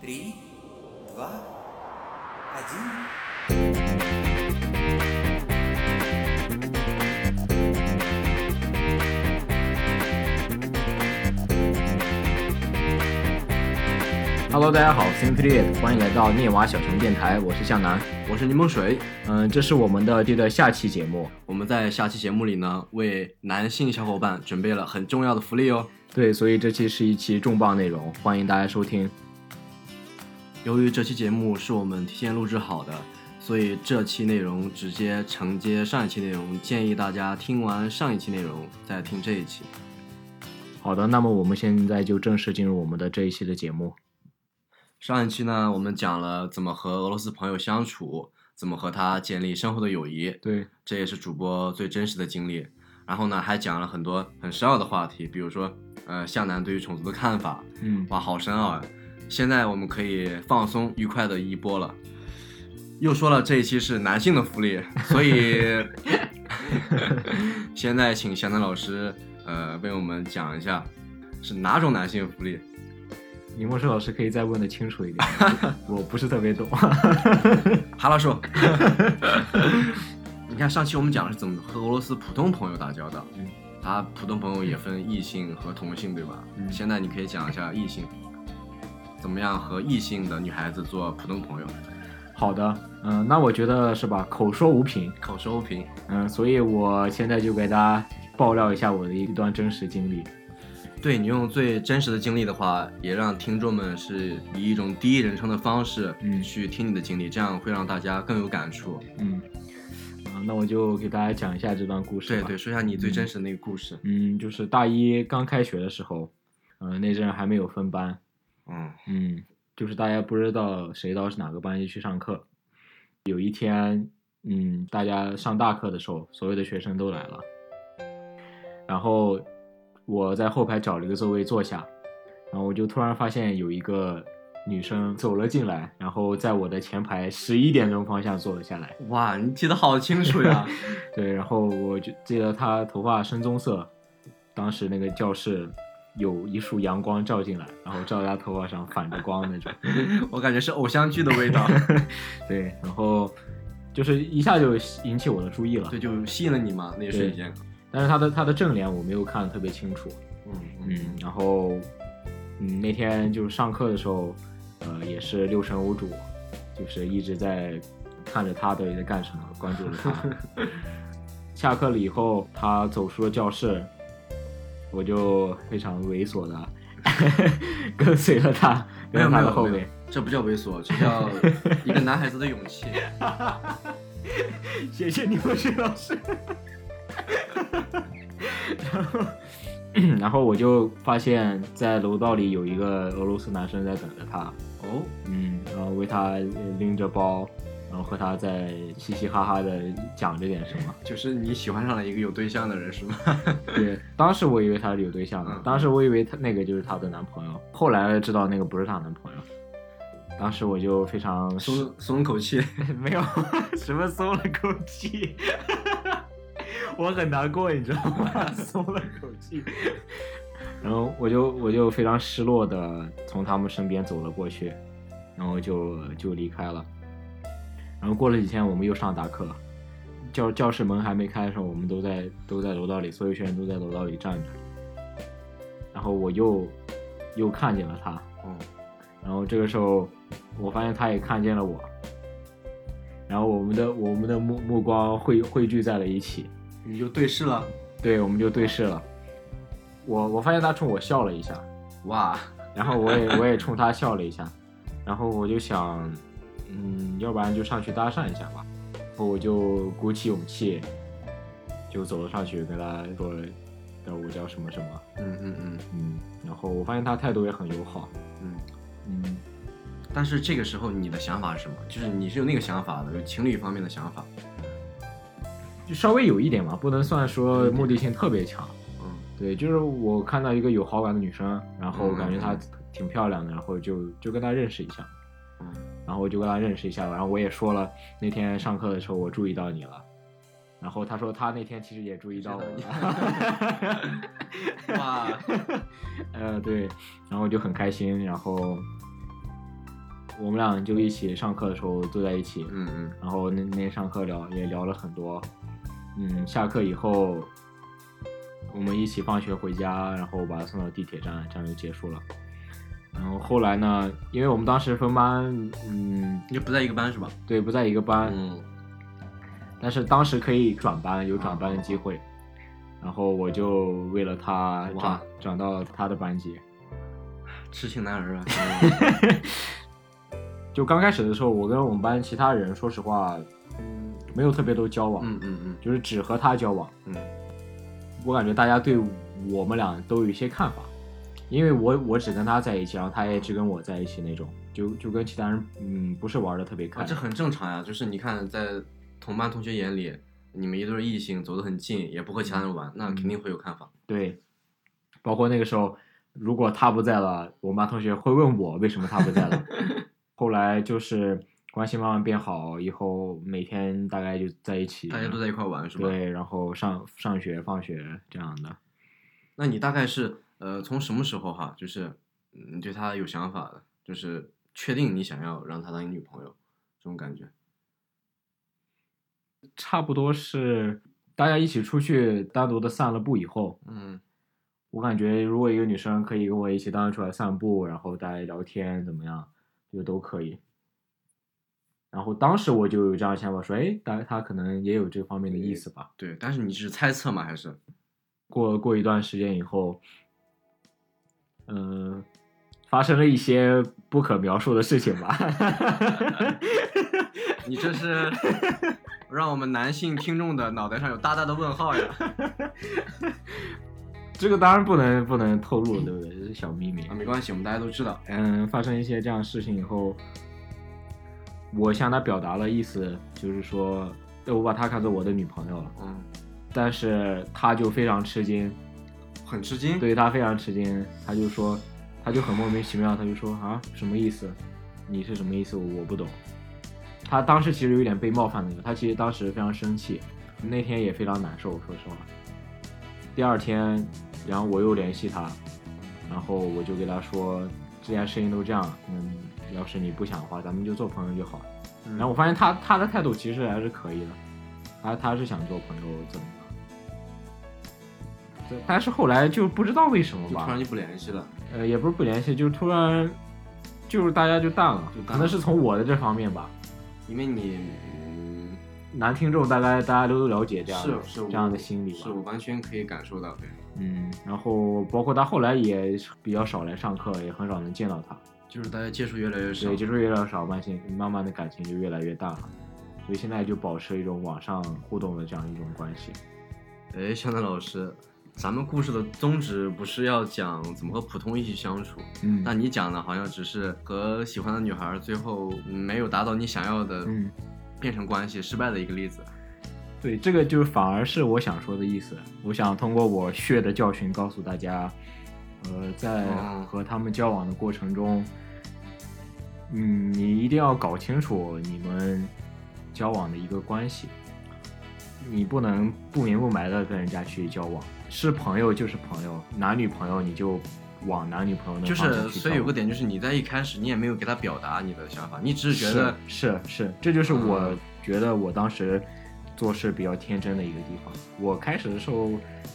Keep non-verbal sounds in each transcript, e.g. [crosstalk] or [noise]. Три, два, один. Hello，大家好，Think Create，欢迎来到念娃小熊电台，我是向南。我是柠檬水。嗯，这是我们的这个下期节目。我们在下期节目里呢，为男性小伙伴准备了很重要的福利哦。对，所以这期是一期重磅内容，欢迎大家收听。由于这期节目是我们提前录制好的，所以这期内容直接承接上一期内容，建议大家听完上一期内容再听这一期。好的，那么我们现在就正式进入我们的这一期的节目。上一期呢，我们讲了怎么和俄罗斯朋友相处，怎么和他建立深厚的友谊，对，这也是主播最真实的经历。然后呢，还讲了很多很深奥的话题，比如说，呃，向南对于种族的看法，嗯，哇，好深奥啊！现在我们可以放松愉快的一波了。又说了，这一期是男性的福利，所 [laughs] 以现在请翔南老师呃为我们讲一下是哪种男性福利。李墨水老师可以再问的清楚一 [laughs] 点，我不是特别懂。哈拉 [laughs] 说，你看上期我们讲的是怎么和俄罗斯普通朋友打交道嗯，他普通朋友也分异性和同性，对吧？嗯现在你可以讲一下异性，怎么样和异性的女孩子做普通朋友， [laughs] 好的，嗯、那我觉得是吧，口说无凭，口说无凭。嗯，所以我现在就给大家爆料一下我的一段真实经历。对你用最真实的经历的话，也让听众们是以一种第一人称的方式，嗯去听你的经历，这样会让大家更有感触。嗯，啊、那我就给大家讲一下这段故事对吧。对，说一下你最真实的那个故事。嗯，就是大一刚开学的时候，嗯、那阵还没有分班，嗯嗯，就是大家不知道谁到是哪个班级去上课。有一天，嗯，大家上大课的时候，所有的学生都来了，然后我在后排找了一个座位坐下，然后我就突然发现有一个女生走了进来，然后在我的前排十一点钟方向坐了下来。哇，你记得好清楚呀！ [laughs] 对，然后我就记得他头发深棕色，当时那个教室有一束阳光照进来，然后照在他头发上反着光那种。我感觉是偶像剧的味道， [laughs] 对，然后就是一下就引起我的注意了对，。就吸引了你嘛，那一瞬间。但是他的他的正脸我没有看得特别清楚。嗯嗯，嗯，然后嗯那天就是上课的时候，呃也是六神无主，就是一直在看着他到底在干什么，关注着他。 [laughs] 下课了以后，他走出了教室，我就非常猥琐的 [laughs] 跟随了他，没跟有在没他有的后没面有。，这不叫猥琐，这叫一个男孩子的勇气。谢谢你们，水老师。然后， [laughs] 然后我就发现，在楼道里有一个俄罗斯男生在等着他， [laughs] 哦，嗯，然后为他拎着包，然后和他在嘻嘻哈哈的讲着点什么。就是你喜欢上了一个有对象的人是 [laughs] 吗？对，当时我以为他是有对象的嗯，当时我以为他那个就是她的男朋友，后来知道那个不是她男朋友。当时我就非常松松口气。 [laughs] 没有， [laughs] 什么松了口气， [laughs] 我很难过，你知道吗？松了口气，然后我就我就非常失落的从他们身边走了过去，然后就就离开了。然后过了几天，我们又上大课，教教室门还没开的时候，我们都在都在楼道里，所有学生都在楼道里站着。然后我又又看见了他，嗯，然后这个时候，我发现他也看见了我，然后我们的我们的目目光汇汇聚在了一起，你就对视了。对，我们就对视了。我我发现他冲我笑了一下，哇，然后我也我也冲他笑了一下，然后我就想，嗯，要不然就上去搭讪一下吧。然后我就鼓起勇气，就走了上去跟他说，呃，我叫什么什么，嗯嗯嗯嗯，然后我发现他态度也很友好，嗯。嗯，但是这个时候你的想法是什么？就是你是有那个想法的，有情侣方面的想法。就稍微有一点吧，不能算说目的性特别强。嗯对，就是我看到一个有好感的女生，然后感觉她嗯挺漂亮的，然后就就跟她认识一下，嗯然后我就跟她认识一下，然后我也说了，那天上课的时候我注意到你了，然后她说她那天其实也注意到我注意了，哇， [laughs] 嗯 [laughs] 呃对，然后我就很开心，然后我们俩就一起上课的时候坐在一起，嗯嗯然后那那天上课聊也聊了很多，嗯，下课以后我们一起放学回家，然后把他送到地铁站，这样就结束了。然后后来呢，因为我们当时分班，嗯，你不在一个班是吧？对，不在一个班，嗯但是当时可以转班，有转班的哦机会。然后我就为了他哇转转到他的班级。痴情男 [laughs] 儿啊，就刚开始的时候，我跟我们班其他人，说实话，嗯，没有特别多交往，嗯嗯就是只和他交往。嗯嗯，我感觉大家对我们俩都有一些看法，因为我我只跟他在一起，然后他也只跟我在一起那种，就就跟其他人嗯不是玩的特别开。啊，这很正常呀、就是你看，在同班同学眼里，你们一对异性走得很近，也不和其他人玩，那肯定会有看法。对，包括那个时候，如果他不在了，我们班同学会问我为什么他不在 [laughs] 了。后来就是关系慢慢变好，以后每天大概就在一起，大家都在一块玩是吧？对，然后上上学、放学这样的。那你大概是呃从什么时候哈，就是你对他有想法的，就是确定你想要让他当你女朋友这种感觉？差不多是大家一起出去单独的散了步以后，嗯我感觉如果一个女生可以跟我一起单独出来散步，然后大家聊天怎么样，就都可以。然后当时我就有这样的想法，说，哎，大她可能也有这方面的意思吧。对，但是你是猜测吗？还是过过一段时间以后，嗯、发生了一些不可描述的事情吧。 [laughs] 你这 [laughs] 是让我们男性听众的脑袋上有大大的问号呀？这个当然不能不能透露，对不对？这是小秘密啊，。没关系，我们大家都知道。嗯，发生一些这样的事情以后，我向她表达了意思，就是说，呃我把她看作我的女朋友了，嗯，但是她就非常吃惊，很吃惊。对她非常吃惊，她就说，她就很莫名其妙，她就说啊，什么意思？你是什么意思？我不懂。她当时其实有点被冒犯的，她其实当时非常生气，那天也非常难受，说实话。第二天，然后我又联系她，然后我就给她说，既然事情都这样，嗯，要是你不想的话，咱们就做朋友就好。嗯，然后我发现她她的态度其实还是可以的，她她是想做朋友怎么样？对，但是后来就不知道为什么就突吧然，就不联系了。呃，也不是不联系，就突然就是大家就淡了，就淡了可能是从我的这方面吧。因为你，嗯，男听众大概大家都了解这样的是是我这样的心理吧是，我完全可以感受到的。嗯，然后包括他后来也比较少来上课，也很少能见到他，就是大家接触越来越少，对，接触越来越少，慢性慢慢的感情就越来越淡了，所以现在就保持一种网上互动的这样一种关系。哎，向南老师，咱们故事的宗旨不是要讲怎么和普通异性相处，嗯，那你讲的好像只是和喜欢的女孩最后没有达到你想要的，嗯，变成关系失败的一个例子。对，这个就是反而是我想说的意思。我想通过我血的教训告诉大家，呃，在哦和他们交往的过程中，嗯，你一定要搞清楚你们交往的一个关系，你不能不明不白的跟人家去交往，是朋友就是朋友，男女朋友你就往男女朋友那就方向是，去所以交有个往点就是你在一开始你也没有给他表达你的想法，你只是觉得是是是，这就是我嗯觉得我当时做事比较天真的一个地方。我开始的时候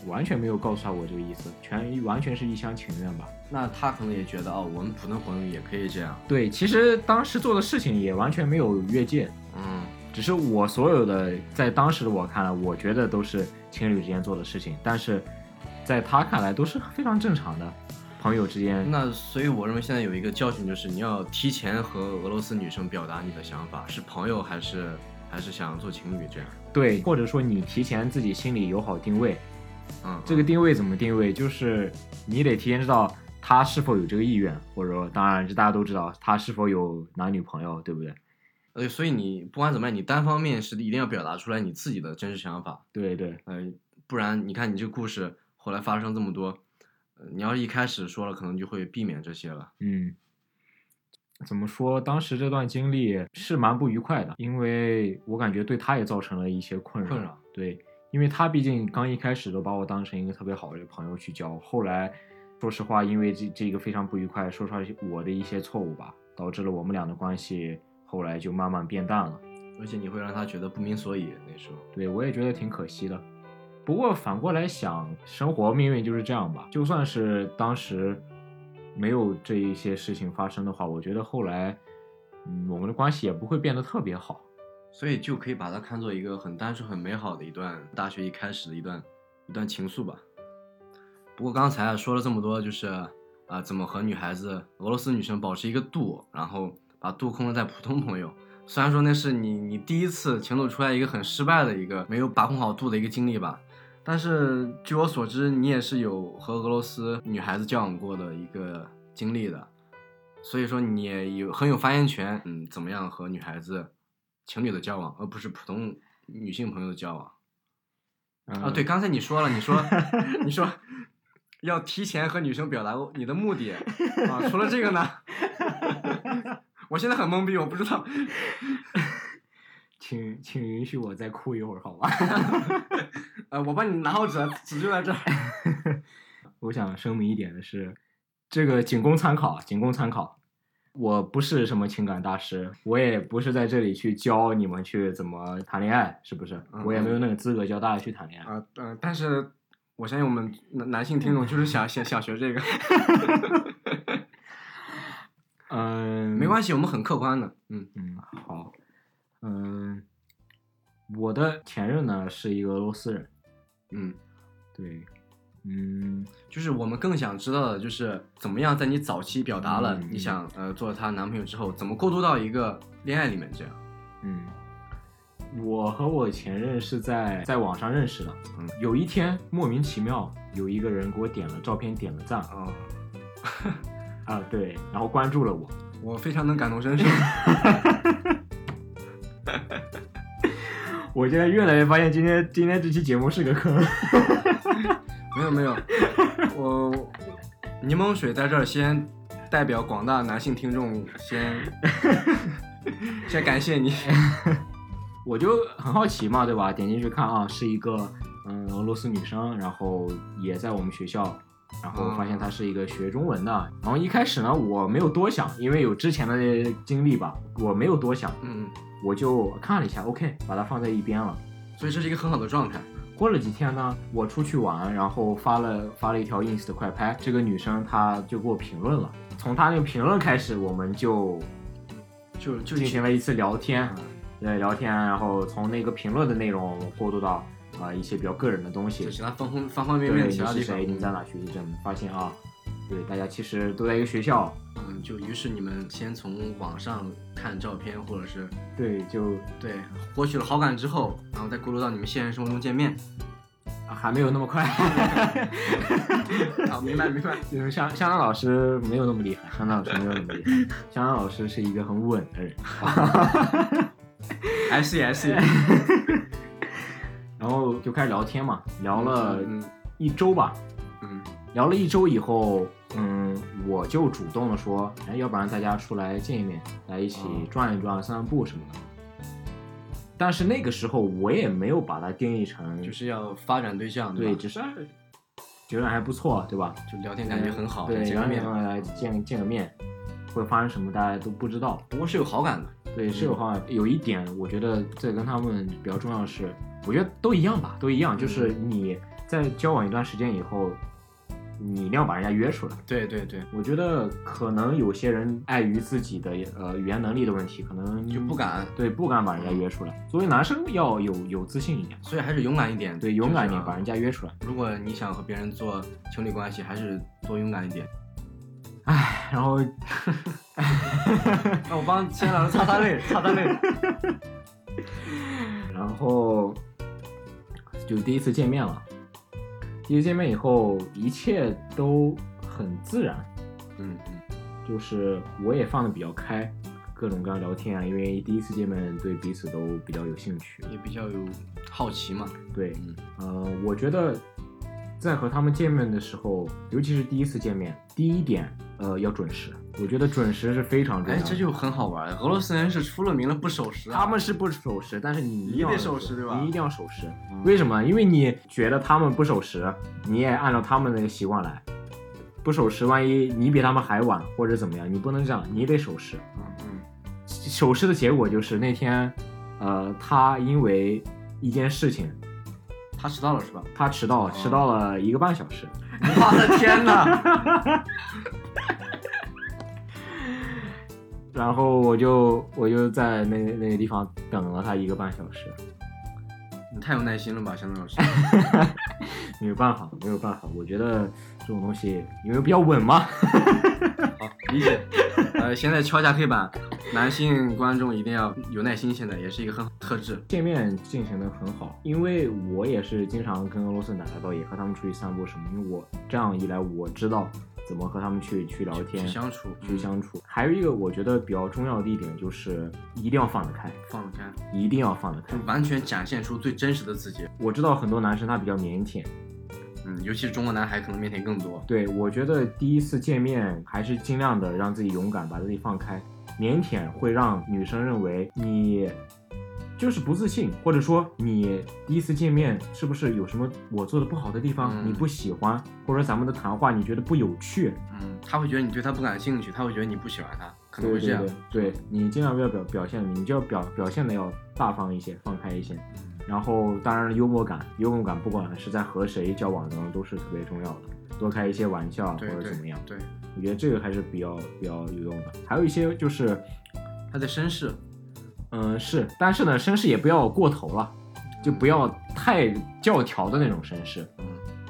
完全没有告诉他我这个意思，全完全是一厢情愿吧。那他可能也觉得哦，我们普通朋友也可以这样，对，其实当时做的事情也完全没有越界，嗯，只是我所有的在当时的我看来，我觉得都是情侣之间做的事情，但是在他看来都是非常正常的，朋友之间。那所以我认为现在有一个教训就是你要提前和俄罗斯女生表达你的想法，是朋友还是还是想做情侣这样，对，或者说你提前自己心里有好定位，嗯，这个定位怎么定位？就是你得提前知道他是否有这个意愿，或者说，当然这大家都知道他是否有男女朋友，对不对？呃，所以你不管怎么样，你单方面是一定要表达出来你自己的真实想法，对对，呃，不然你看你这个故事后来发生这么多，呃你要是一开始说了，可能就会避免这些了。嗯，怎么说？当时这段经历是蛮不愉快的，因为我感觉对他也造成了一些困扰。困扰对，因为他毕竟刚一开始都把我当成一个特别好的朋友去交，后来说实话，因为这这个非常不愉快，说出来我的一些错误吧，导致了我们俩的关系后来就慢慢变淡了。而且你会让他觉得不明所以。那时候，对我也觉得挺可惜的。不过反过来想，生活命运就是这样吧。就算是当时没有这一些事情发生的话，我觉得后来，嗯，我们的关系也不会变得特别好。所以就可以把它看作一个很单纯、很美好的一段大学一开始的一段一段情愫吧。不过刚才啊说了这么多，就是啊、怎么和女孩子、俄罗斯女生保持一个度，然后把度控制在普通朋友。虽然说那是你你第一次情窦初开一个很失败的一个没有把控好度的一个经历吧，但是据我所知，你也是有和俄罗斯女孩子交往过的一个经历的，所以说你也有很有发言权，嗯，怎么样和女孩子情侣的交往，而不是普通女性朋友的交往嗯、啊。对，，刚才你说了，你说你说要提前和女生表达你的目的啊，除了这个呢， [laughs] 我现在很懵逼，我不知道。请请允许我再哭一会儿好吧？ [laughs] 呃，我帮你拿好纸，纸就在这儿。我想声明一点的是，这个仅供参考，仅供参考。我不是什么情感大师，我也不是在这里去教你们去怎么谈恋爱，是不是？嗯我也没有那个资格教大家去谈恋爱。啊、嗯、但是我相信我们男男性听众就是想想想学这个，嗯，没关系，我们很客观的，嗯，嗯，好，嗯，我的前任呢是一个俄罗斯人，嗯，对，嗯，就是我们更想知道的就是怎么样在你早期表达了嗯你想呃做了她男朋友之后，怎么过渡到一个恋爱里面这样，嗯，我和我前任是在在网上认识的。嗯有一天莫名其妙有一个人给我点了照片，点了赞啊、哦，对，然后关注了我。 [laughs] 我非常能感同身受，我现在越来越发现今天今天这期节目是个坑。没有没有，我柠檬水在这儿先代表广大男性听众先 [laughs] 先感谢你，我就很好奇嘛，对吧？点进去看啊，是一个嗯俄罗斯女生，然后也在我们学校，然后发现她是一个学中文的。然后一开始呢，我没有多想，因为有之前的经历吧，我没有多想，嗯，我就看了一下，OK，把它放在一边了。所以这是一个很好的状态，过了几天呢，我出去玩，然后发了发了一条 ins 的快拍，这个女生她就给我评论了。从她那个评论开始，我们就就就进行了一次聊天，啊对聊天，啊然后从那个评论的内容过渡到啊、一些比较个人的东西就，其他方方方方面对面你其他是地方谁，，你在嗯哪学习证，发现啊，对大家其实都在一个学校，嗯，就于是你们先从网上看照片，或者是对，就对获取了好感之后，然后再过渡到你们现实生活中见 [laughs] 面。啊还没有那么 [laughs] 快。啊，明白明白。就是香香浪老师没有那么厉害，香浪老师没有那么厉害，香浪老师是一个很稳的人。 I see I [laughs] see。然后就开始聊天嘛，聊了嗯一周吧，嗯聊了一周以后，嗯，我就主动的说，哎，要不然大家出来见一面，来一起哦转一转、散散步什么的。但是那个时候我也没有把它定义成，嗯，就是要发展对象，对，吧只是觉得还不错，对吧？就聊天感觉很好，对，见个面，然后来见见个面，会发生什么大家都不知道。不过是有好感的。对，是有好感。有一点，我觉得这跟他们比较重要的是，我觉得都一样吧，都一样，就是嗯你在交往一段时间以后，你一定要把人家约出来。对对对，我觉得可能有些人碍于自己的呃语言能力的问题，可能就不，敢，嗯对，不敢把人家约出来。作为男生要有有自信一点，所以还是勇敢一点，对，勇敢一点就是啊把人家约出来。如果你想和别人做情侣关系，还是多勇敢一点。唉，然后 [laughs] 嗯那我帮千老师擦擦泪，擦擦 [laughs] 泪。然后就第一次见面了。第一次见面以后，一切都很自然，嗯嗯，就是我也放的比较开，各种各样聊天啊，因为第一次见面对彼此都比较有兴趣。 [laughs] 也比较有好奇嘛。对，嗯呃，我觉得在和他们见面的时候，尤其是第一次见面，第一点，呃，要准时。我觉得准时是非常重哎要，的。这就很好玩儿。俄罗斯人是出了名了不守时、啊，他们是不守时，但是你一定要你得守时对吧你一定要守时，嗯为什么？因为你觉得他们不守时，你也按照他们那个习惯来，不守时，万一你比他们还晚或者怎么样，你不能这样，你得守时。嗯守时的结果就是那天，呃，他因为一件事情，他迟到了是吧？他迟到了，哦迟到了一个半小时。 [laughs] 我的天哪！然后我就我就在那那个地方等了他一个半小时， [laughs] 你太有耐心了吧，香奈老师。没有办法，没有办法。我觉得这种东西因为比较稳嘛， [laughs] 好，理解。呃，现在敲一下黑板，男性观众一定要有耐心，现在也是一个很好的特质。见面进行的很好。因为我也是经常跟俄罗斯奶奶到，也和他们出去散步什么。因为我这样一来，我知道怎么和他们去去聊天去。相处，去相处，还有一个我觉得比较重要的一点就是一定要放得开，放得开，一定要放得开就。完全展现出最真实的自己。我知道很多男生他比较腼腆，嗯，尤其是中国男孩可能腼腆更多。对我觉得第一次见面还是尽量的让自己勇敢，把自己放开。腼腆会让女生认为你就是不自信，或者说你第一次见面是不是有什么我做的不好的地方，嗯你不喜欢，或者咱们的谈话你觉得不有趣，嗯，他会觉得你对他不感兴趣，他会觉得你不喜欢他，可能会这样。对对对对你尽量不要表表现，你就要表表现的要大方一些，放开一些。嗯然后，当然了幽默感，幽默感不管是在和谁交往中都是特别重要的，多开一些玩笑或对者对怎么样，对，我觉得这个还是比较比较有用的。还有一些就是，他的绅士，嗯、是，但是呢，绅士也不要过头了，就不要太教条的那种绅士。嗯，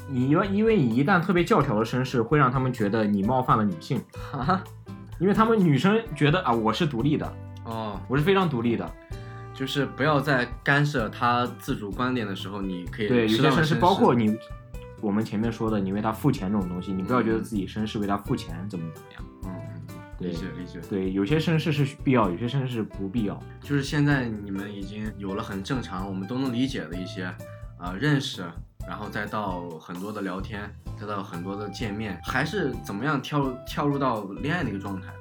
你要因为你一旦特别教条的绅士，会让他们觉得你冒犯了女性，哈哈， [laughs] 因为他们女生觉得啊，我是独立的，哦，我是非常独立的，就是不要在干涉他自主观点的时候，你可以对，有适些当地绅士，绅包括你我们前面说的，你为他付钱这种东西，你不要觉得自己绅士为他付钱怎么怎么样。嗯，嗯对理解理解。对，有些绅士是必要，有些绅士不必要。就是现在你们已经有了很正常，我们都能理解的一些啊、呃认识，然后再到很多的聊天，再到很多的见面，还是怎么样跳入跳入到恋爱的一个状态的？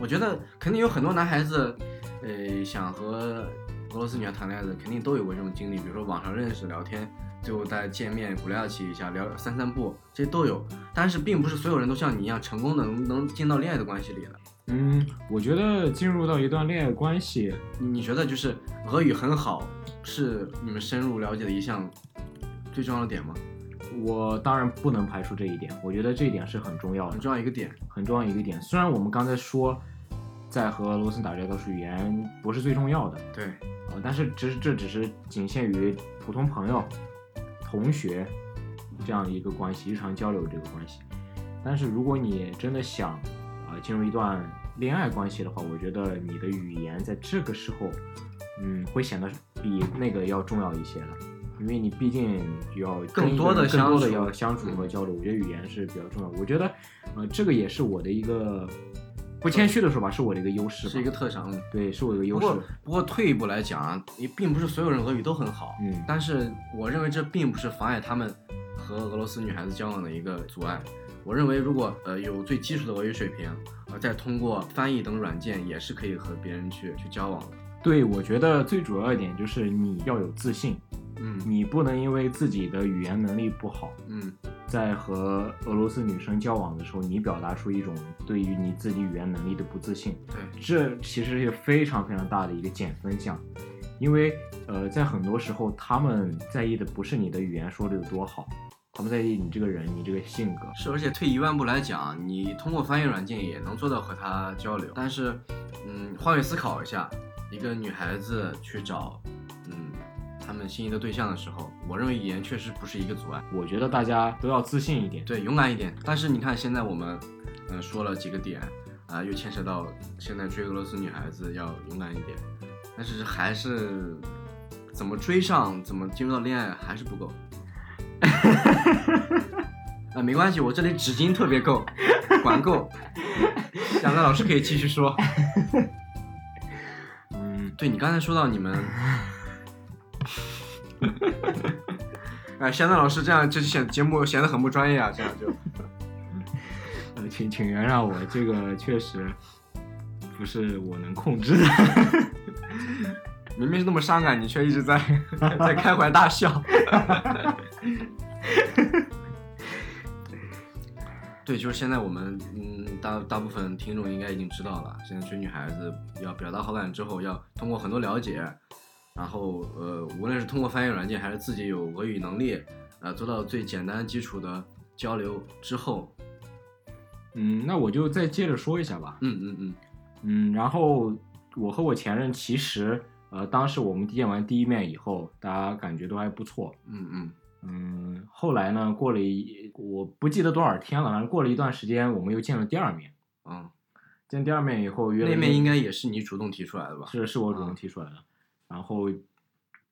我觉得肯定有很多男孩子，呃，想和俄罗斯女孩谈恋爱的，肯定都有过这种经历，比如说网上认识聊天。最后再见面鼓聊起一下，聊散散步，这些都有。但是并不是所有人都像你一样成功的能能进到恋爱的关系里的。嗯，我觉得进入到一段恋爱关系，你你觉得就是俄语很好，是你们深入了解的一项最重要的点吗？我当然不能排除这一点，我觉得这一点是很重要的很，重要一个点。很重要一个点。虽然我们刚才说，在和俄罗斯打交道时语言不是最重要的，对，呃，但是只是这只是仅限于普通朋友、同学这样一个关系，日常交流这个关系。但是如果你真的想啊、呃进入一段恋爱关系的话，我觉得你的语言在这个时候，嗯，会显得比那个要重要一些了。因为你毕竟要跟一更个多的人更多的相处嗯要相处和交流，我觉得语言是比较重要的。我觉得，呃，这个也是我的一个不谦虚的说吧，是我的一个优势吧，是一个特长。对，是我的一个不优势过。不过退一步来讲啊，也并不是所有人俄语都很好，嗯，但是我认为这并不是妨碍他们和俄罗斯女孩子交往的一个阻碍。我认为如果呃有最基础的俄语水平，呃再通过翻译等软件，也是可以和别人去去交往的。对，我觉得最主要一点就是你要有自信，嗯你不能因为自己的语言能力不好，嗯在和俄罗斯女生交往的时候，你表达出一种对于你自己语言能力的不自信，对，这其实是非常非常大的一个减分项，因为呃，在很多时候他们在意的不是你的语言说的有多好，他们在意你这个人，你这个性格。是，而且退一万步来讲，你通过翻译软件也能做到和他交流。但是，嗯，换位思考一下，一个女孩子去找，嗯，他们心仪的对象的时候，我认为语言确实不是一个阻碍。我觉得大家都要自信一点，对，勇敢一点。但是你看，现在我们，嗯、说了几个点，啊、又牵扯到现在追俄罗斯女孩子要勇敢一点，但是还是怎么追上，怎么进入到恋爱还是不够。 [laughs] 啊、没关系，我这里纸巾特别够，管够。杨丹老师可以继续说。嗯，对你刚才说到你们，哎，香丹老师这样就显节目显得很不专业啊，这样就。呃，请请原谅我，这个确实不是我能控制的。明明是那么伤感，你却一直在 [laughs] 在开怀大笑。 [laughs] 对，就是现在我们嗯，大大部分听众应该已经知道了，现在追女孩子要表达好感之后，要通过很多了解，然后呃，无论是通过翻译软件还是自己有俄语能力，呃，做到最简单基础的交流之后，嗯，那我就再接着说一下吧。嗯嗯嗯，嗯，然后我和我前任其实，呃，当时我们见完第一面以后，大家感觉都还不错。嗯嗯，嗯，后来呢，过了一我不记得多少天了，反正过了一段时间，我们又见了第二面。啊、见第二面以后约了那一面应该也是你主动提出来的吧？是是我主啊动提出来的。然后，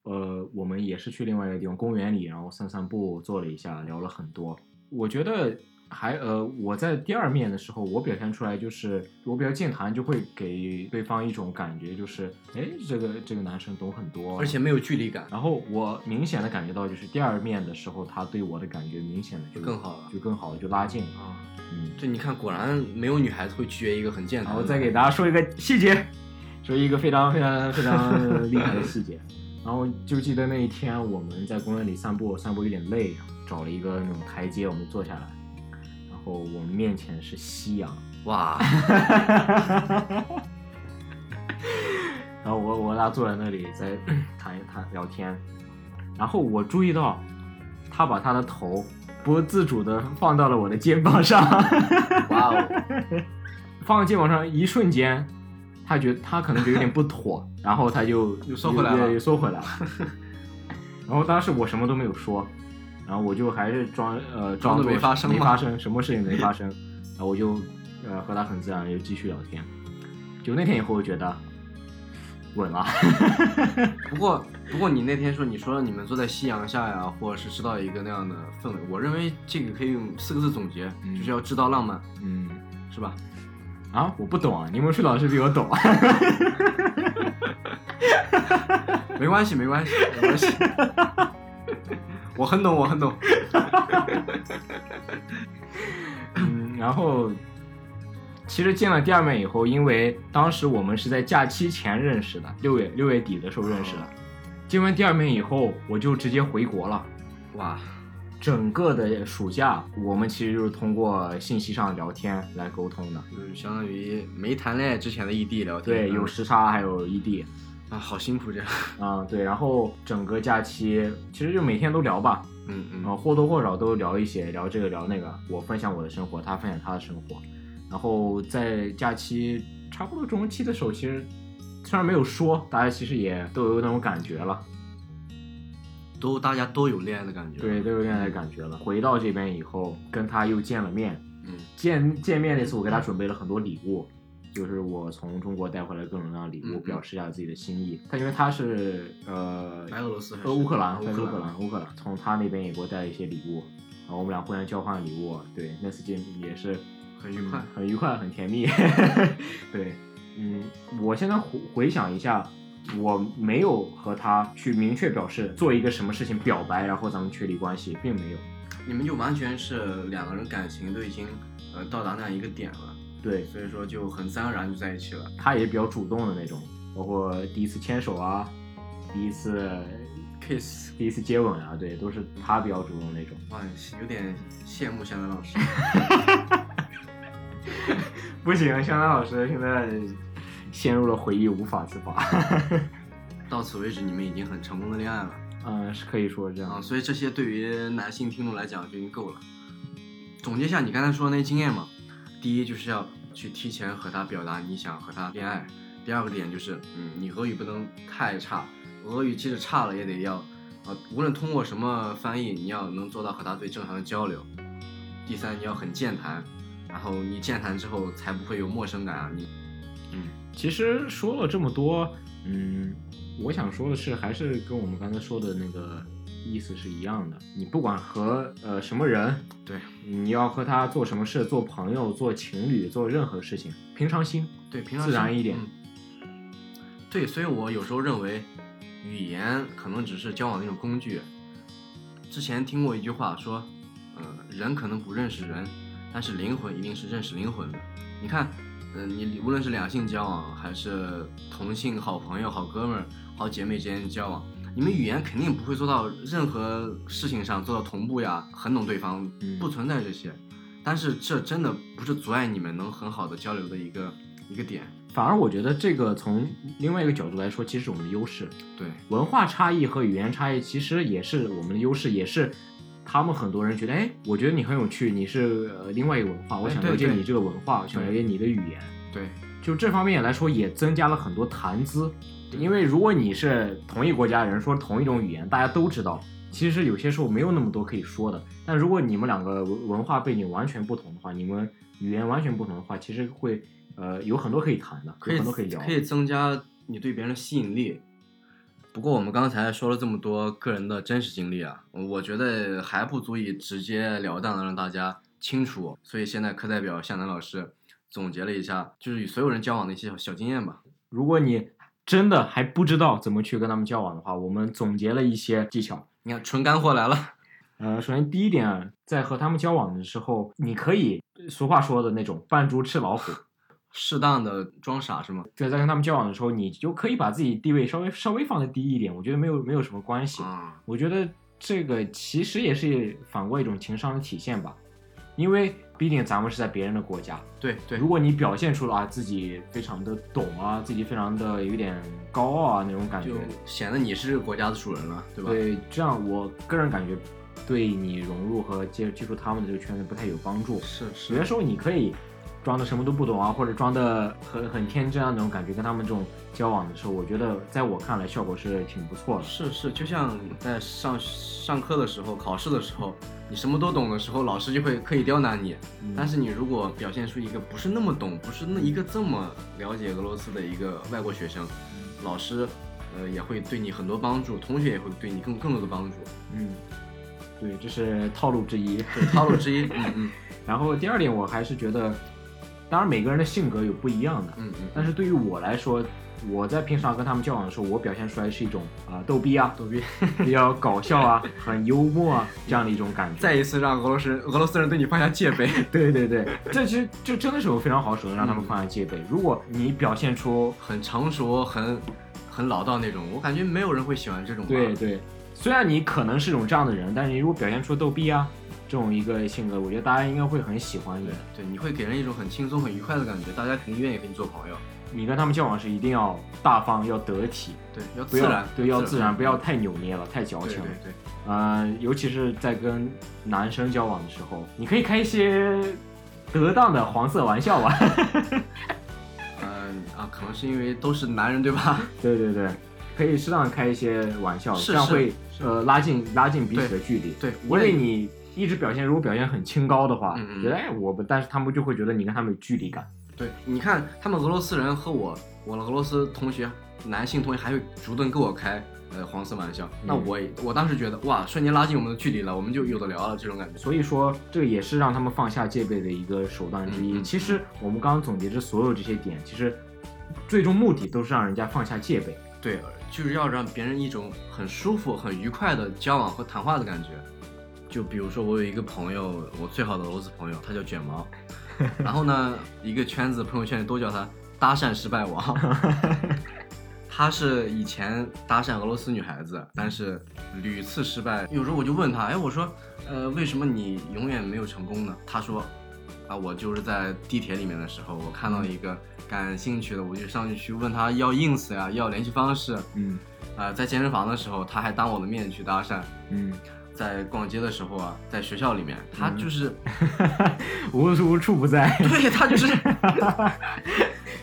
呃，我们也是去另外一个地方公园里，然后散散步，坐了一下，聊了很多。我觉得还呃，我在第二面的时候，我表现出来就是我比较健谈，就会给对方一种感觉，就是哎，这个这个男生懂很多，而且没有距离感，然后我明显的感觉到，就是第二面的时候，他对我的感觉明显的就就更好了就更好了，就拉近了。啊。嗯，这你看，果然没有女孩子会拒绝一个很健然康后的。再给大家说一个细节，说一个非常非常非常厉害的细节。然后就记得那一天我们在公园里散步，散步有点累，找了一个那种台阶，我们坐下来，然后我们面前是夕阳， [laughs] 哇，然后我我和他坐在那里在 [clears throat] 谈一谈聊天，然后我注意到他把他的头不自主的放到了我的肩膀上，哇哦， [laughs] 放到肩膀上一瞬间，他觉他可能觉得有点不妥，然后他就又缩回来了又又缩回来了。然后当时我什么都没有说，然后我就还是装呃装装作作没发生没嘛发生，什么事情没发生，然后我就呃和他很自然地就继续聊天。就那天以后，我觉得稳了。 [laughs] 不过，不过你那天说你说你们坐在夕阳下呀，或者是制造一个那样的氛围，我认为这个可以用四个字总结，嗯就是要制造浪漫，嗯是吧？啊，我不懂啊，柠檬树老师比我懂。啊没关系，没关系，没关系。 [laughs] 我很懂，我很懂。 [laughs] 嗯，然后其实见了第二面以后，因为当时我们是在假期前认识的，六月六月底的时候认识哦的。见完第二面以后，我就直接回国了。哇，整个的暑假，我们其实就是通过信息上聊天来沟通的。就是相当于没谈恋爱之前的异地聊天。嗯对，有时差，还有异地，啊，好辛苦这样。嗯，对，然后整个假期其实就每天都聊吧，嗯嗯。呃，或多或少都聊一些，聊这个聊那个，我分享我的生活，他分享他的生活，然后在假期差不多中期的时候，其实虽然没有说，大家其实也都有那种感觉了，都大家都有恋爱的感觉。对，都有恋爱的感觉了。回到这边以后，跟他又见了面，嗯，见见面那次，我给他准备了很多礼物。就是我从中国带回来各种各样的礼嗯物，嗯表示一下自己的心意。他因为他是呃白俄罗斯还是呃，乌克兰，乌在克乌兰克兰，乌克兰，从他那边也给我带了一些礼物，然后我们俩互相交换礼物，对，那次见也是很愉快嗯很愉快，很甜蜜， [laughs] 对，嗯，我现在回回想一下，我没有和他去明确表示做一个什么事情表白，然后咱们确立关系，并没有，你们就完全是两个人感情都已经呃到达那样一个点了，对，所以说就很自然而然就在一起了。他也比较主动的那种，包括第一次牵手啊，第一次 kiss，第一次接吻啊，对，都是他比较主动的那种。哇，有点羡慕香丹老 [laughs] 师。不行，香丹老师现在陷入了回忆无法自拔。到此为止，你们已经很成功的恋爱了 [laughs] 嗯，是可以说这啊，样。所以这些对于男性听众来讲就已经够了。总结一下你刚才说的那些经验嘛，第一就是要去提前和他表达你想和他恋爱，第二个点就是，嗯，你俄语不能太差，俄语即使差了也得要，啊，无论通过什么翻译，你要能做到和他最正常的交流。第三，你要很健谈，然后你健谈之后才不会有陌生感啊，你，嗯，其实说了这么多，嗯，我想说的是，还是跟我们刚才说的那个意思是一样的。你不管和呃什么人，对你要和他做什么事，做朋友、做情侣、做任何事情，平常心。对，平自常心然一点嗯对，所以我有时候认为，语言可能只是交往的一种工具。之前听过一句话说，呃，人可能不认识人，但是灵魂一定是认识灵魂的。你看，呃，你无论是两性交往，还是同性好朋友、好哥们儿、好姐妹之间交往，你们语言肯定不会做到任何事情上做到同步呀，很懂对方嗯，不存在这些。但是这真的不是阻碍你们能很好的交流的一个一个点。反而我觉得这个从另外一个角度来说，其实是我们的优势。对，文化差异和语言差异其实也是我们的优势，也是他们很多人觉得，哎，我觉得你很有趣，你是呃另外一个文化，我想哎对了解对你这个文化，我想了解你的语言。对，就这方面来说，也增加了很多谈资。因为如果你是同一国家人，说同一种语言，大家都知道，其实有些时候没有那么多可以说的。但如果你们两个文文化背景完全不同的话，你们语言完全不同的话，其实会呃有很多可以谈的，可有以很多可以聊的。增加你对别人的吸引力。不过我们刚才说了这么多个人的真实经历啊，我觉得还不足以直截了当的让大家清楚。所以现在课代表夏楠老师总结了一下，就是与所有人交往的一些小小经验吧。如果你真的还不知道怎么去跟他们交往的话，我们总结了一些技巧。你看，纯干货来了。呃，首先第一点，在和他们交往的时候，你可以俗话说的那种扮猪吃老虎，适当的装傻是吗？对，在跟他们交往的时候，你就可以把自己地位稍微稍微放的低一点，我觉得没有没有什么关系。啊，我觉得这个其实也是反过一种情商的体现吧，因为毕竟咱们是在别人的国家，对对如，果你表现出了啊自己非常的懂啊，自己非常的有点高傲啊那种感觉就，显得你是这个国家的主人了，对吧？对，这样我个人感觉对你融入和接接触他们的这个圈子不太有帮助。是有些时候你可以装的什么都不懂啊，或者装的很很天真啊那种感觉，跟他们这种交往的时候，我觉得在我看来效果是挺不错的。是是，就像在上上课的时候、考试的时候，你什么都懂的时候，老师就会刻意刁难你。嗯但是你如果表现出一个不是那么懂、不是那一个这么了解俄罗斯的一个外国学生，老师呃也会对你很多帮助，同学也会对你更更多的帮助，嗯，对，这是套路之一。对，套路之一。嗯嗯 [laughs] 然后第二点，我还是觉得，当然每个人的性格有不一样的，嗯嗯，但是对于我来说，我在平常跟他们交往的时候，我表现出来是一种啊、逗逼啊，逗逼，比较搞笑 [laughs] 啊，很幽默啊这样的一种感觉。再一次让俄罗斯人俄罗斯人对你放下戒备。对对 [laughs] 对，这其实这真的是我非常好的手段，让他们放下戒备。如果你表现出很成熟、很很老道那种，我感觉没有人会喜欢这种吧。对对，虽然你可能是种这样的人，但是你如果表现出逗逼啊这种一个性格，我觉得大家应该会很喜欢你的。对你会给人一种很轻松、很愉快的感觉，大家肯定愿意和你做朋友。你跟他们交往时一定要大方，要得体，对，要不自要然，对要自然，不要对太扭捏了，太矫对情了。对对，呃，尤其是在跟男生交往的时候，你可以开一些得当的黄色玩笑 [laughs] 吧。嗯、啊，可能是因为都是男人对吧？ [laughs] 对对对，可以适当地开一些玩笑，是这样是会是呃拉近拉近彼此的距离。对，因我也为你一直表现，如果表现很清高的话，嗯嗯觉得哎我不，但是他们就会觉得你跟他们有距离感。对，你看他们俄罗斯人和我，我的俄罗斯同学，男性同学还会主动跟我开。呃，黄色玩笑，那嗯我也我当时觉得哇，瞬间拉近我们的距离了，我们就有的聊了，这种感觉。所以说，这个也是让他们放下戒备的一个手段之一。嗯嗯其实我们刚刚总结这所有这些点，其实最终目的都是让人家放下戒备。对，就是要让别人一种很舒服、很愉快的交往和谈话的感觉。就比如说，我有一个朋友，我最好的俄罗斯朋友，他叫卷毛，然后呢，一个圈子朋友圈里都叫他搭讪失败王。 [laughs] 他是以前搭讪俄罗斯女孩子，但是屡次失败。有时候我就问他，哎，我说，呃，为什么你永远没有成功呢？他说，啊，我就是在地铁里面的时候，我看到一个感兴趣的，我就上去去问他要 ins 呀、要联系方式。嗯啊、在健身房的时候，他还当我的面去搭讪。嗯， [laughs] 在逛街的时候啊，在学校里面，他就是， [laughs] 无无处不在， [laughs] 对他就是，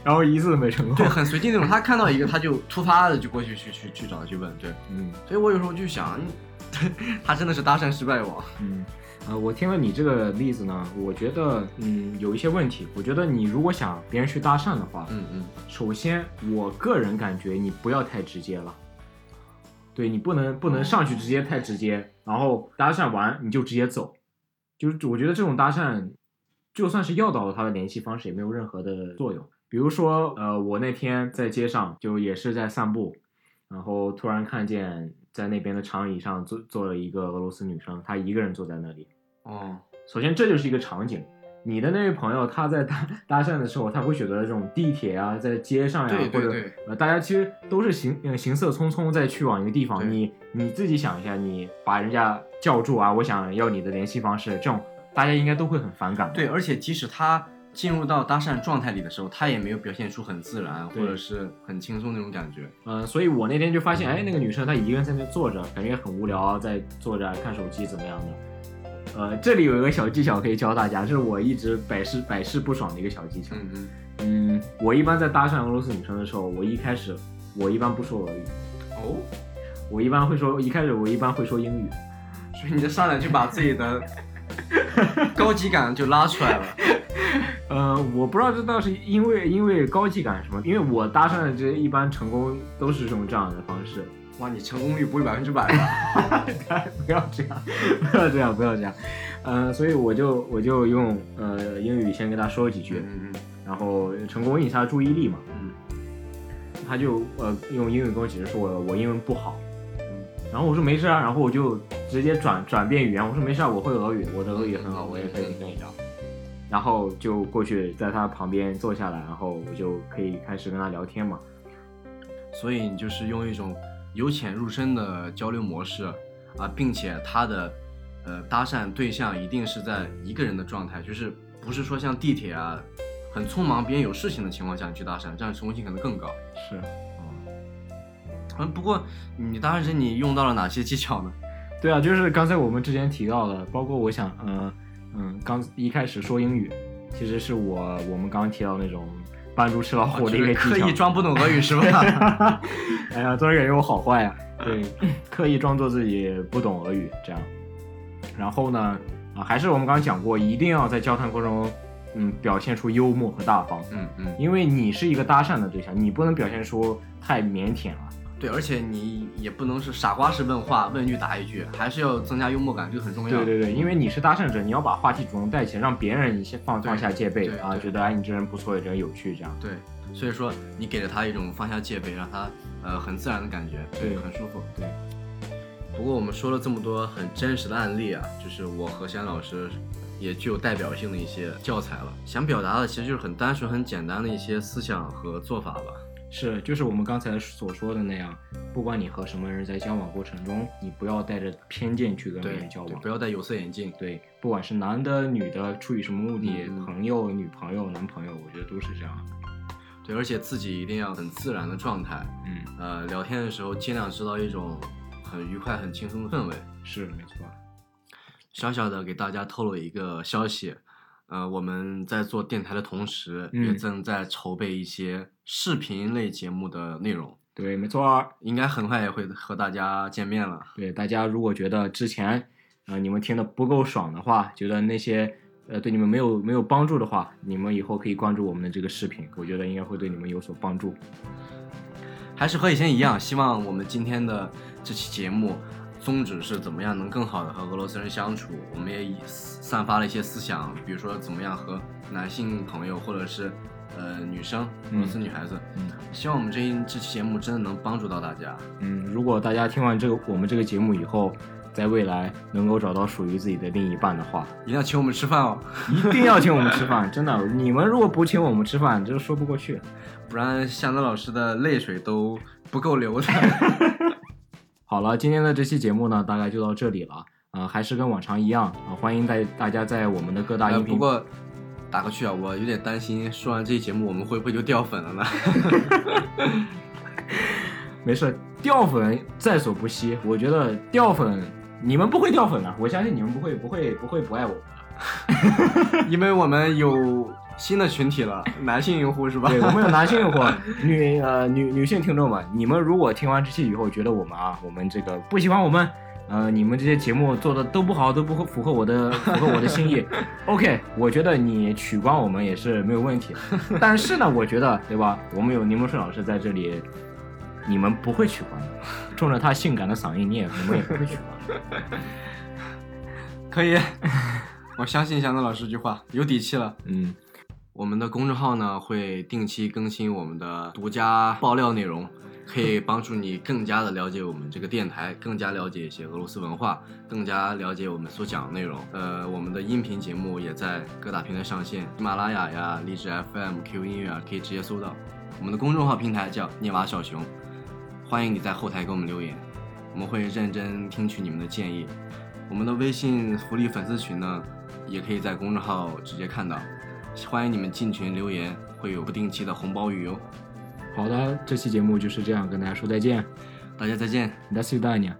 然后一次都没成对，功。很随机那种。他看到一个，他就突发的就过去去去去找他去问，对。嗯所以我有时候就想， [laughs] 嗯他真的是搭讪失败王。嗯，呃，我听了你这个例子呢，我觉得嗯有一些问题。我觉得你如果想别人去搭讪的话，嗯嗯，首先，我个人感觉你不要太直接了，对你不能不能上去直接太直接，然后搭讪完你就直接走，就是我觉得这种搭讪，就算是要到了他的联系方式也没有任何的作用。比如说，呃，我那天在街上就也是在散步，然后突然看见在那边的长椅上坐坐了一个俄罗斯女生，她一个人坐在那里，哦，首先这就是一个场景。你的那位朋友，他在搭 [laughs] 搭讪的时候，他会选择这种地铁啊，在街上呀、对对或者对呃，大家其实都是行呃行色匆匆在去往一个地方。对你你自己想一下，你把人家叫住啊，我想要你的联系方式，这种大家应该都会很反感吧。对，而且即使他进入到搭讪状态里的时候，他也没有表现出很自然对或者是很轻松那种感觉。嗯，所以我那天就发现，哎，那个女生她一个人在那坐着，感觉很无聊，啊在坐着看手机怎么样的。呃，这里有一个小技巧可以教大家，这是我一直百试百试不爽的一个小技巧。嗯嗯，嗯，我一般在搭讪俄罗斯女生的时候，我一开始我一般不说俄语，哦，我一般会说，一开始我一般会说英语。所以你这上来就把自己 [laughs] 的高级感就拉出来了。呃，我不知道这倒是因为因为高级感什么，因为我搭讪的这一般成功都是用这样的方式。 [laughs] 哇，你成功率不会百分之百吧？不要这样，不要这样，不要这样。呃，所以我就我就用呃英语先跟他说几句，嗯嗯然后成功引起他注意力嘛。嗯他就呃用英语跟我解释说我我英文不好，然后我说没事啊，然后我就直接转转变语言，我说没事啊，我会俄语，我的俄语很好，我也可以跟你聊。然后就过去在他旁边坐下来，然后我就可以开始跟他聊天嘛。嗯。所以你就是用一种由浅入深的交流模式啊，并且他的呃搭讪对象一定是在一个人的状态，就是不是说像地铁啊很匆忙，别人有事情的情况下你去搭讪，这样成功性可能更高。是，嗯，不过你搭讪时你用到了哪些技巧 [laughs] 呢？对啊，就是刚才我们之前提到的，包括我想，嗯嗯，刚一开始说英语，其实是我我们刚刚提到那种扮猪吃老虎的一个就是技巧，刻意装不懂俄语是吧？ [laughs] 哎呀，突然感觉我好坏呀、对，刻意装作自己不懂俄语这样。然后呢，啊，还是我们刚刚讲过，一定要在交谈过程中，嗯，表现出幽默和大方，嗯嗯。因为你是一个搭讪的对象，你不能表现出太腼腆啊了。对，而且你也不能是傻瓜式问话，问一句答一句，还是要增加幽默感，这个很重要。对对对，因为你是搭讪者，你要把话题主动带起来，让别人先放对放下戒备对啊，对觉得哎你这人不错，你这人有趣这样。对所以说你给了他一种放下戒备，让他呃很自然的感觉，对很舒服。对，不过我们说了这么多很真实的案例啊，就是我和翔老师也具有代表性的一些教材了。想表达的其实就是很单纯、很简单的一些思想和做法吧。是，就是我们刚才所说的那样，不管你和什么人在交往过程中，你不要带着偏见去跟别对人交对往不。要戴有色眼镜。对，不管是男的、女的，出于什么目的，嗯朋友、女朋友、男朋友，我觉得都是这样的。对，而且自己一定要很自然的状态，嗯，呃，聊天的时候尽量制造一种很愉快、很轻松的氛围。是没错。小小的给大家透露一个消息，呃，我们在做电台的同时，嗯也正在筹备一些视频类节目的内容，对，没错儿。应该很快也会和大家见面了。对大家，如果觉得之前，呃，你们听的不够爽的话，觉得那些呃对你们没有没有帮助的话，你们以后可以关注我们的这个视频，我觉得应该会对你们有所帮助。还是和以前一样，希望我们今天的这期节目宗旨是怎么样能更好的和俄罗斯人相处。我们也以散发了一些思想，比如说怎么样和男性朋友或者是呃女生，俄罗斯女孩子。嗯希望我们这一这期节目真的能帮助到大家。嗯，如果大家听完这个我们这个节目以后，在未来能够找到属于自己的另一半的话，一定要请我们吃饭哦，一定要请我们吃饭，真的，你们如果不请我们吃饭，这说不过去。不然向泽老师的泪水都不够流 [laughs] 的。好了，今天的这期节目呢，大概就到这里了。啊、还是跟往常一样啊、欢迎在大家在我们的各大呃音频、不过打个趣啊，我有点担心，说完这期节目我们会不会就掉粉了呢？ [laughs] 没事，掉粉在所不惜。我觉得掉粉，你们不会掉粉的，啊我相信你们不会，不会，不会不爱我们的。因为我们有新的群体了，男性用户是吧？对，我们有男性或女呃女女性听众们，你们如果听完这期以后觉得我们啊，我们这个不喜欢我们，呃，你们这些节目做的都不好，都不合符合我的符合我的心意。OK，我觉得你取关我们也是没有问题。但是呢，我觉得对吧，我们有柠檬顺老师在这里，你们不会取关的。冲着他性感的嗓音，你也你们也不会取关。 [laughs] 可以， [laughs] 我相信祥子老师这句话，有底气了。嗯。我们的公众号呢会定期更新我们的独家爆料内容，可以帮助你更加的了解我们这个电台，更加了解一些俄罗斯文化，更加了解我们所讲的内容。呃，我们的音频节目也在各大平台上线，喜马拉雅呀、荔枝 FM、Q 音乐啊，可以直接搜到。我们的公众号平台叫“涅瓦小熊”，欢迎你在后台给我们留言，我们会认真听取你们的建议。我们的微信福利粉丝群呢，也可以在公众号直接看到。欢迎你们进群留言，会有不定期的红包雨哟。哦好的，这期节目就是这样，跟大家说再见，大家再见。大家期待你。